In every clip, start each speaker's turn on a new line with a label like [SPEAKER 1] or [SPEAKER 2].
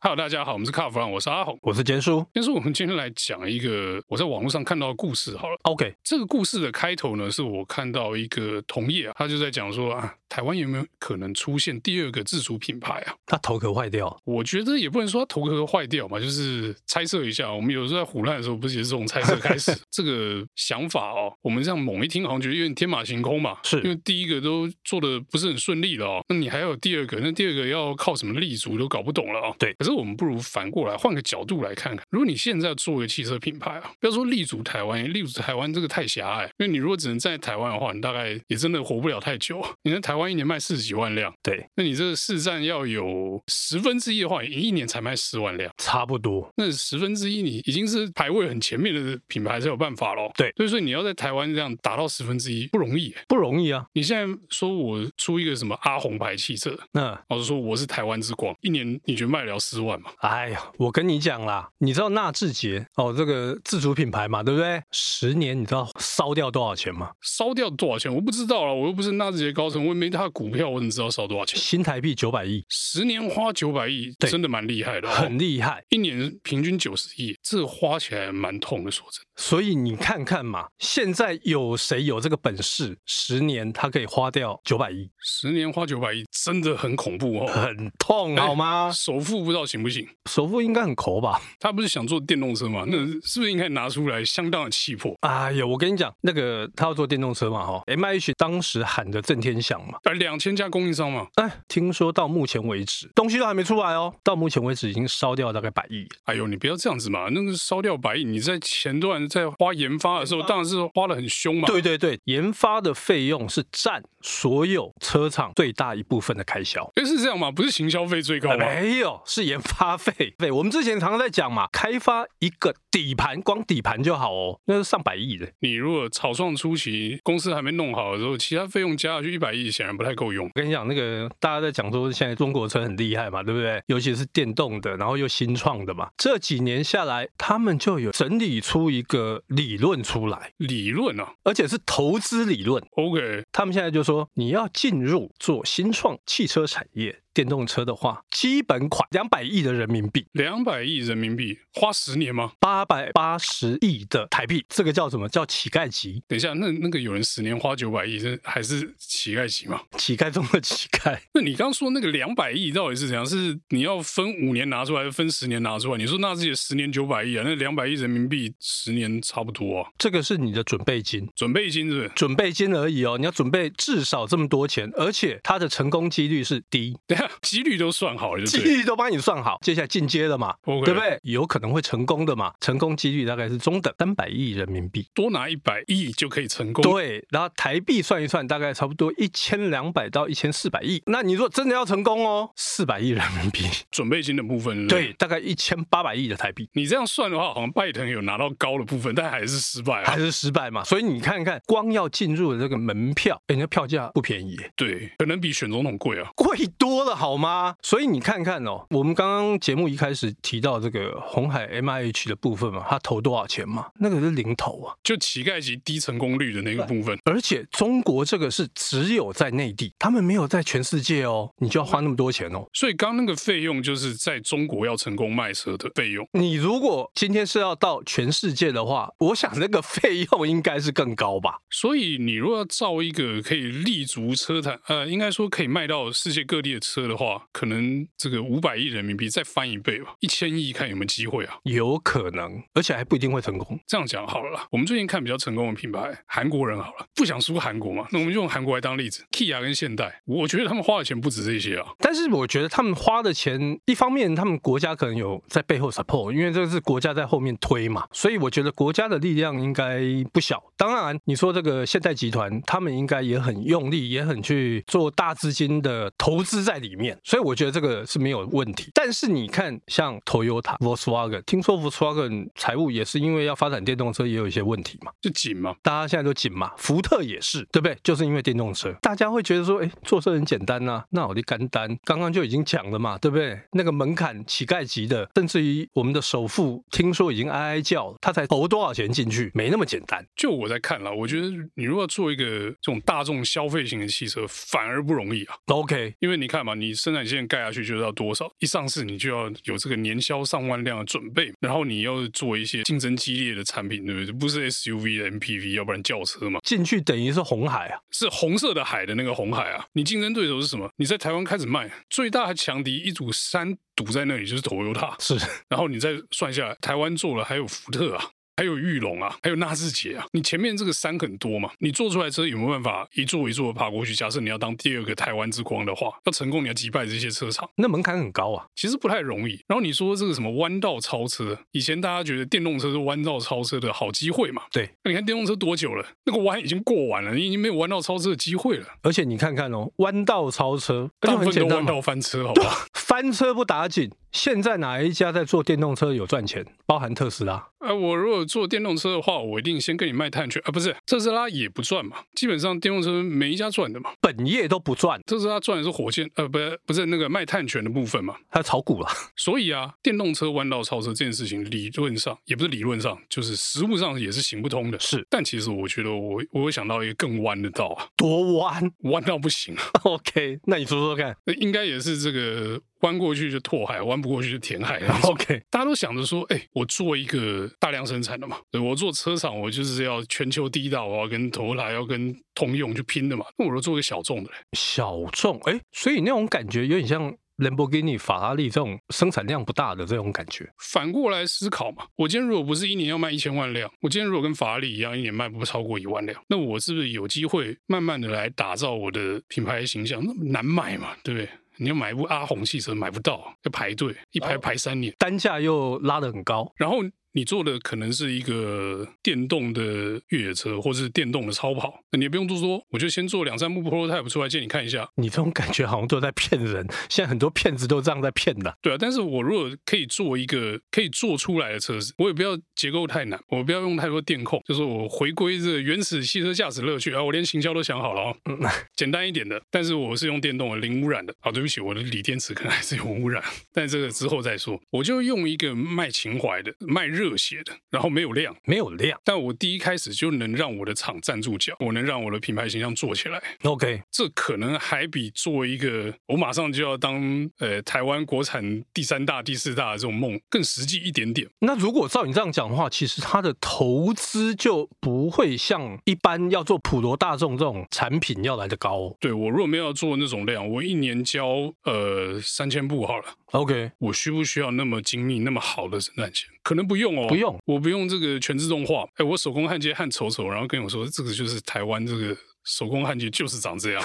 [SPEAKER 1] Hello，大家好，我们是卡弗朗，我是阿红。
[SPEAKER 2] 我是简叔。
[SPEAKER 1] 但是我们今天来讲一个我在网络上看到的故事好了。
[SPEAKER 2] OK，
[SPEAKER 1] 这个故事的开头呢，是我看到一个同业啊，他就在讲说啊，台湾有没有可能出现第二个自主品牌啊？
[SPEAKER 2] 他头壳坏掉，
[SPEAKER 1] 我觉得也不能说它头壳坏掉嘛，就是猜测一下。我们有时候在胡乱的时候，不是也是从猜测开始？这个想法哦，我们这样猛一听，好像觉得有点天马行空嘛。
[SPEAKER 2] 是
[SPEAKER 1] 因为第一个都做的不是很顺利了哦，那你还有第二个，那第二个要靠什么立足都搞不懂了哦。
[SPEAKER 2] 对
[SPEAKER 1] 可是我们不如反过来换个角度来看看，如果你现在做一个汽车品牌啊，不要说立足台湾，立足台湾这个太狭隘，因为你如果只能在台湾的话，你大概也真的活不了太久。你在台湾一年卖四十几万辆。
[SPEAKER 2] 对，
[SPEAKER 1] 那你这个市占要有十分之一的话，你一年才卖十万辆，
[SPEAKER 2] 差不多。
[SPEAKER 1] 那十分之一你已经是排位很前面的品牌才有办法咯。
[SPEAKER 2] 对
[SPEAKER 1] 所以说你要在台湾这样达到十分之一不容易耶。
[SPEAKER 2] 不容易啊。
[SPEAKER 1] 你现在说我出一个什么阿红牌汽车，
[SPEAKER 2] 那，
[SPEAKER 1] 老实说我是台湾之光，一年你觉得卖得了四万吗？
[SPEAKER 2] 哎呀，我跟你讲啦，你知道纳智捷哦，这个自主品牌嘛，对不对？十年你知道烧掉多少钱吗？
[SPEAKER 1] 烧掉多少钱？我不知道了，我又不是纳智捷高层，我也没他的股票，我怎么知道烧多少钱？
[SPEAKER 2] 新台币九百亿，
[SPEAKER 1] 十年花九百亿，
[SPEAKER 2] 对
[SPEAKER 1] 真的蛮厉害的、哦，
[SPEAKER 2] 很厉害。
[SPEAKER 1] 一年平均九十亿，这花起来蛮痛的，说真的。
[SPEAKER 2] 所以你看看嘛，现在有谁有这个本事，十年他可以花掉九百亿，
[SPEAKER 1] 十年花九百亿，真的很恐怖 哦。
[SPEAKER 2] 很痛好吗？
[SPEAKER 1] 首付不知道行不行？
[SPEAKER 2] 首富应该很抠吧？
[SPEAKER 1] 他不是想做电动车吗？那是不是应该拿出来相当的气魄？
[SPEAKER 2] 哎呀，我跟你讲，那个他要做电动车嘛，哈，M H 当时喊的震天响嘛。
[SPEAKER 1] 呃，两千家供应商嘛，
[SPEAKER 2] 哎，听说到目前为止，东西都还没出来哦。到目前为止，已经烧掉大概百亿。
[SPEAKER 1] 哎呦，你不要这样子嘛！那个烧掉百亿，你在前段在花研发的时候，当然是花的很凶嘛。
[SPEAKER 2] 对对对，研发的费用是占所有车厂最大一部分的开销。
[SPEAKER 1] 诶，是这样嘛？不是行销费最高吗？
[SPEAKER 2] 没有，是研发费。对，我们之前常常在讲嘛，开发一个底盘，光底盘就好哦，那是上百亿的。
[SPEAKER 1] 你如果草创初期，公司还没弄好的时候，其他费用加下去一百亿，显然不太够用。
[SPEAKER 2] 我跟你讲，那个大家在讲说现在中国车很厉害嘛，对不对？尤其是电动的，然后又新创的嘛。这几年下来，他们就有整理出一个理论出来，
[SPEAKER 1] 理论啊
[SPEAKER 2] 而且是投资理论。
[SPEAKER 1] ，OK，
[SPEAKER 2] 他们现在就说，你要进入做新创汽车产业电动车的话，基本款两百亿的人民币，
[SPEAKER 1] 两百亿人民币花十年吗？
[SPEAKER 2] 八百八十亿的台币，这个叫什么叫乞丐级？
[SPEAKER 1] 等一下，那那个有人十年花九百亿，这还是乞丐级吗？
[SPEAKER 2] 乞丐中的乞丐，
[SPEAKER 1] 那你刚刚说那个两百亿到底是怎样？是你要分五年拿出来，还是分十年拿出来？你说纳智捷十年九百亿啊，那两百亿人民币十年差不多啊，
[SPEAKER 2] 这个是你的准备金。
[SPEAKER 1] 准备金是不是？
[SPEAKER 2] 准备金而已哦，你要准备至少这么多钱，而且它的成功几率是低，
[SPEAKER 1] 等一下几率都算好了，就
[SPEAKER 2] 几
[SPEAKER 1] 对了。
[SPEAKER 2] 率都帮你算好。接下来进阶了嘛
[SPEAKER 1] OK
[SPEAKER 2] 对不对？有可能会成功的嘛，成功几率大概是中等，三百亿人民币。
[SPEAKER 1] 多拿一百亿就可以成功。
[SPEAKER 2] 对，然后台币算一算，大概差不多一千两百到一千四百亿。那你如果真的要成功哦，四百亿人民币，
[SPEAKER 1] 准备金的部分，
[SPEAKER 2] 对，。大概一千八百亿的台币。
[SPEAKER 1] 你这样算的话，好像拜登有拿到高的部分，但还是失败啊
[SPEAKER 2] 还
[SPEAKER 1] 了。
[SPEAKER 2] 是失败嘛，所以你看看，光要进入的这个门票，人家票价不便宜耶，
[SPEAKER 1] 对，可能比选总统贵啊。
[SPEAKER 2] 贵多了好吗？所以你看看哦，我们刚刚节目一开始提到这个红海 M I H 的部分嘛，它投多少钱嘛？那个是零头啊，
[SPEAKER 1] 就乞丐级低成功率的那个部分，
[SPEAKER 2] 而且中国这个是只有在内地，他们没有在全世界哦，你就要花那么多钱哦。
[SPEAKER 1] 所以刚刚那个费用就是在中国要成功卖车的费用。
[SPEAKER 2] 你如果今天是要到全世界的话，我想那个费用应该是更高吧？
[SPEAKER 1] 所以你如果要造一个可以立足车坛，呃，应该说可以卖到世界各地的车的话，可能这个五百亿人民币再翻一倍吧，一千亿看有没有机会啊。
[SPEAKER 2] 有可能，而且还不一定会成功。
[SPEAKER 1] 这样讲好了啦，我们最近看比较成功的品牌，韩国人好了，不想输韩国嘛，那我们就用韩国来当例子，Kia 跟现代，我觉得他们花的钱不止这些啊。
[SPEAKER 2] 但是我觉得他们花的钱，一方面他们国家可能有在背后 support，因为这是国家在后面推嘛，所以我觉得国家的力量应该不小。当然，你说这个现代集团，他们应该也很用力，也很去做大资金的投资在里面，所以我觉得这个是没有问题。但是你看，像 Toyota、Volkswagen，听说 Volkswagen 财务也是因为要发展电动车，也有一些问题嘛。
[SPEAKER 1] 就紧嘛，
[SPEAKER 2] 大家现在都紧嘛，福特也是，对不对？就是因为电动车，大家会觉得说，哎，做车很简单呐、那我的干单，刚刚就已经讲了嘛，对不对？那个门槛乞丐级的，甚至于我们的首富，听说已经哀哀叫了，他才投多少钱进去，没那么简单。
[SPEAKER 1] 就我在看啦，我觉得你如果做一个这种大众消费型的汽车，反而不容易啊。
[SPEAKER 2] OK，
[SPEAKER 1] 因为你看嘛，你生产线盖下去就是要多少，一上市你就要有这个年销上万辆的准备，然后你要做一些竞争激烈的产品，对不对？不是 SUV 的 MPV，要不然轿车嘛，
[SPEAKER 2] 进去等于是红海啊，
[SPEAKER 1] 是红色的海的那个红海啊。你竞争对手是什么？你在台湾开始卖，最大的强敌一组山堵在那里就是 Toyota，
[SPEAKER 2] 是
[SPEAKER 1] 然后你再算下来，台湾做了还有福特啊。还有玉龙啊，还有纳智捷啊，你前面这个山很多嘛，你做出来车有没有办法一座一座地爬过去？假设你要当第二个台湾之光的话，要成功你要击败这些车厂，
[SPEAKER 2] 那门槛很高啊，
[SPEAKER 1] 其实不太容易。然后你说这个什么弯道超车，以前大家觉得电动车是弯道超车的好机会嘛，
[SPEAKER 2] 对。
[SPEAKER 1] 那你看电动车多久了？那个弯已经过完了，你已经没有弯道超车的机会了，
[SPEAKER 2] 而且你看看哦，弯道超车，那
[SPEAKER 1] 大部
[SPEAKER 2] 就很
[SPEAKER 1] 分
[SPEAKER 2] 简
[SPEAKER 1] 都弯
[SPEAKER 2] 单嘛
[SPEAKER 1] 道，翻车，好 不好？
[SPEAKER 2] 翻车不打紧。现在哪一家在做电动车有赚钱？包含特斯拉，
[SPEAKER 1] 呃，我如果做电动车的话，我一定先跟你卖碳权啊，不是特斯拉也不赚嘛，基本上电动车每一家赚的嘛。
[SPEAKER 2] 本业都不赚，
[SPEAKER 1] 特斯拉赚的是火箭，呃，不是不是那个卖碳权的部分嘛。
[SPEAKER 2] 它炒股了。
[SPEAKER 1] 所以啊，电动车弯道超车这件事情，理论上也不是理论上，就是实物上也是行不通的。
[SPEAKER 2] 是，
[SPEAKER 1] 但其实我觉得我我有想到一个更弯的道啊，
[SPEAKER 2] 多弯
[SPEAKER 1] 弯到不行啊，
[SPEAKER 2] ，OK？那你说说看
[SPEAKER 1] 那应该也是这个弯过去就拓海，弯不过去就填海啊。
[SPEAKER 2] ，OK？
[SPEAKER 1] 大家都想着说，哎、我做一个大量生产的嘛，对我做车厂，我就是要全球第一大，我要跟头来，要跟通用去拼的嘛。那我都做个小众的嘞，
[SPEAKER 2] 小众，哎，所以那种感觉有点像兰博基尼、法拉利这种生产量不大的这种感觉。
[SPEAKER 1] 反过来思考嘛，我今天如果不是一年要卖一千万辆，我今天如果跟法拉利一样，一年卖不超过一万辆，那我是不是有机会慢慢的来打造我的品牌形象？那么难买嘛，对不对？你要买一部阿红汽车买不到，要排队，一排排三年。
[SPEAKER 2] 单价又拉得很高，
[SPEAKER 1] 然后你做的可能是一个电动的越野车，或是电动的超跑，那你也不用多说，我就先做两三部 prototype 出来借你看一下。
[SPEAKER 2] 你这种感觉好像都在骗人。现在很多骗子都这样在骗的，
[SPEAKER 1] 对啊，但是我如果可以做一个可以做出来的车子，我也不要结构太难，我不要用太多电控，就是我回归这个原始汽车驾驶乐趣啊，我连行销都想好了哦，
[SPEAKER 2] 嗯
[SPEAKER 1] 简单一点的，但是我是用电动的，零污染的。啊好，对不起，我的锂电池可能还是有污染，但这个之后再说。我就用一个卖情怀的、卖热血的，然后没有量。
[SPEAKER 2] 没有量。
[SPEAKER 1] 但我第一开始就能让我的厂站住脚，我能让我的品牌形象做起来，
[SPEAKER 2] OK，
[SPEAKER 1] 这可能还比做一个我马上就要当呃台湾国产第三大、第四大的这种梦更实际一点点。
[SPEAKER 2] 那如果照你这样讲的话，其实它的投资就不会像一般要做普罗大众这种产品要来的高、哦。
[SPEAKER 1] 对我如果没有要做那种量，我一年交呃三千步好了，
[SPEAKER 2] OK，
[SPEAKER 1] 我需不需要那么精密、那么好的生产线？可能不用哦，
[SPEAKER 2] 不用，
[SPEAKER 1] 我不用这个全自动化。哎，我手工焊接焊丑丑，然后跟我说这个就是台湾这个手工焊接就是长这样。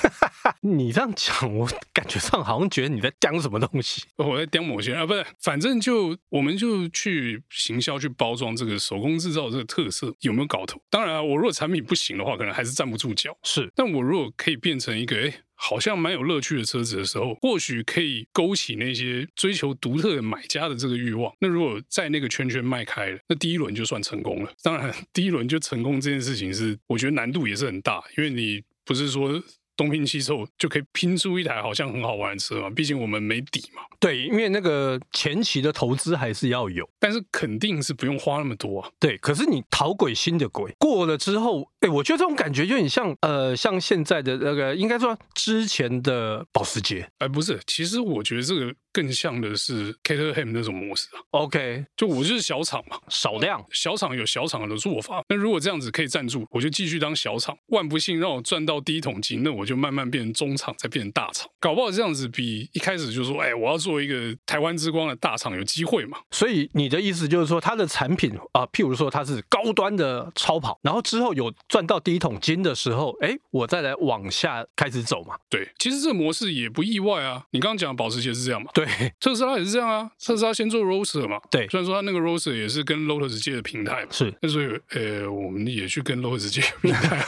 [SPEAKER 2] 你这样讲，我感觉上好像觉得你在讲什么东西。
[SPEAKER 1] 我在刁某些人啊，不是，反正就我们就去行销去包装这个手工制造这个特色有没有搞头？当然、啊，我如果产品不行的话，可能还是站不住脚。
[SPEAKER 2] 是
[SPEAKER 1] 但我如果可以变成一个哎。诶好像蛮有乐趣的车子的时候，或许可以勾起那些追求独特的买家的这个欲望。那如果在那个圈圈迈开了，那第一轮就算成功了。当然，第一轮就成功这件事情是，我觉得难度也是很大，因为你不是说东拼西凑就可以拼出一台好像很好玩的车嘛。毕竟我们没底嘛。
[SPEAKER 2] 对，因为那个前期的投资还是要有。
[SPEAKER 1] 但是肯定是不用花那么多啊。
[SPEAKER 2] 对，可是你讨鬼新的鬼过了之后，哎，我觉得这种感觉有点像，呃，像现在的那个，应该说之前的保时捷。
[SPEAKER 1] 哎，不是，其实我觉得这个更像的是 Caterham 那种模式啊。
[SPEAKER 2] OK，
[SPEAKER 1] 就我就是小厂嘛，
[SPEAKER 2] 少量
[SPEAKER 1] 小厂有小厂的做法。那如果这样子可以站住，我就继续当小厂。万不幸让我赚到第一桶金，那我就慢慢变成中厂，再变成大厂。搞不好这样子比一开始就说，哎，我要做一个台湾之光的大厂有机会嘛？
[SPEAKER 2] 所以你的意思就是说，它的产品啊、譬如说它是高端的超跑，然后之后有赚到第一桶金的时候，哎，我再来往下开始走嘛。
[SPEAKER 1] 对，其实这个模式也不意外啊。你刚刚讲保时捷是这样嘛？
[SPEAKER 2] 对，
[SPEAKER 1] 特斯拉也是这样啊。特斯拉先做 Roadster 嘛，
[SPEAKER 2] 对
[SPEAKER 1] 虽然说它那个 Roadster 也是跟 Lotus 借的平台嘛。
[SPEAKER 2] 是
[SPEAKER 1] 那所以，呃，我们也去跟 Lotus 借平台，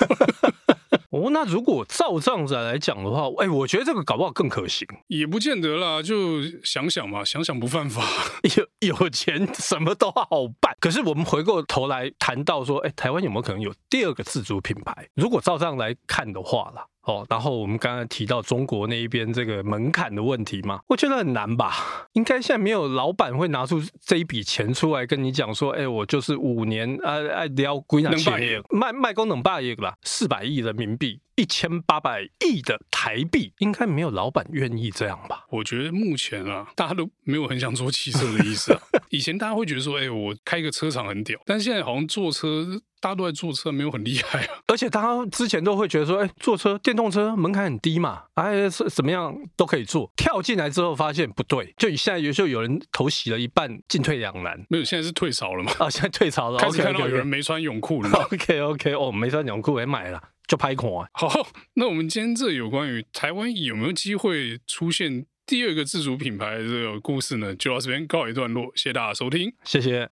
[SPEAKER 2] 哦。那如果照这样子来讲的话，哎，我觉得这个搞不好更可行。
[SPEAKER 1] 也不见得啦，就想想嘛，想想不犯法。
[SPEAKER 2] 有有钱什么都好办。可是我们回过头来谈到说，哎，台湾有没有可能有第二个自主品牌？如果照这样来看的话啦。哦，然后我们刚刚提到中国那一边这个门槛的问题嘛，我觉得很难吧？应该现在没有老板会拿出这一笔钱出来跟你讲说，哎，我就是五年啊，哎，聊归哪
[SPEAKER 1] 两百亿
[SPEAKER 2] 钱，卖卖工能霸业啦，四百亿人民币，一千八百亿的台币，应该没有老板愿意这样吧？
[SPEAKER 1] 我觉得目前啊，大家都没有很想做汽车的意思啊。以前大家会觉得说，哎、我开一个车厂很屌，但现在好像坐车，大家都在坐车，没有很厉害啊。
[SPEAKER 2] 而且大家之前都会觉得说，哎，坐车电动车门槛很低嘛，哎，是怎么样都可以坐。跳进来之后发现不对，就现在有就有人头洗了一半，进退两难
[SPEAKER 1] 没有，现在是退潮了嘛，
[SPEAKER 2] 啊，现在退潮了。
[SPEAKER 1] 开始
[SPEAKER 2] OK
[SPEAKER 1] 看到有
[SPEAKER 2] OK
[SPEAKER 1] 人没穿泳裤了嘛。
[SPEAKER 2] OK OK，哦，没穿泳裤也买了，就拍孔啊。
[SPEAKER 1] 好，那我们今天这有关于台湾有没有机会出现第二个自主品牌的这个故事呢，就到这边告一段落，谢谢大家收听。
[SPEAKER 2] 谢谢。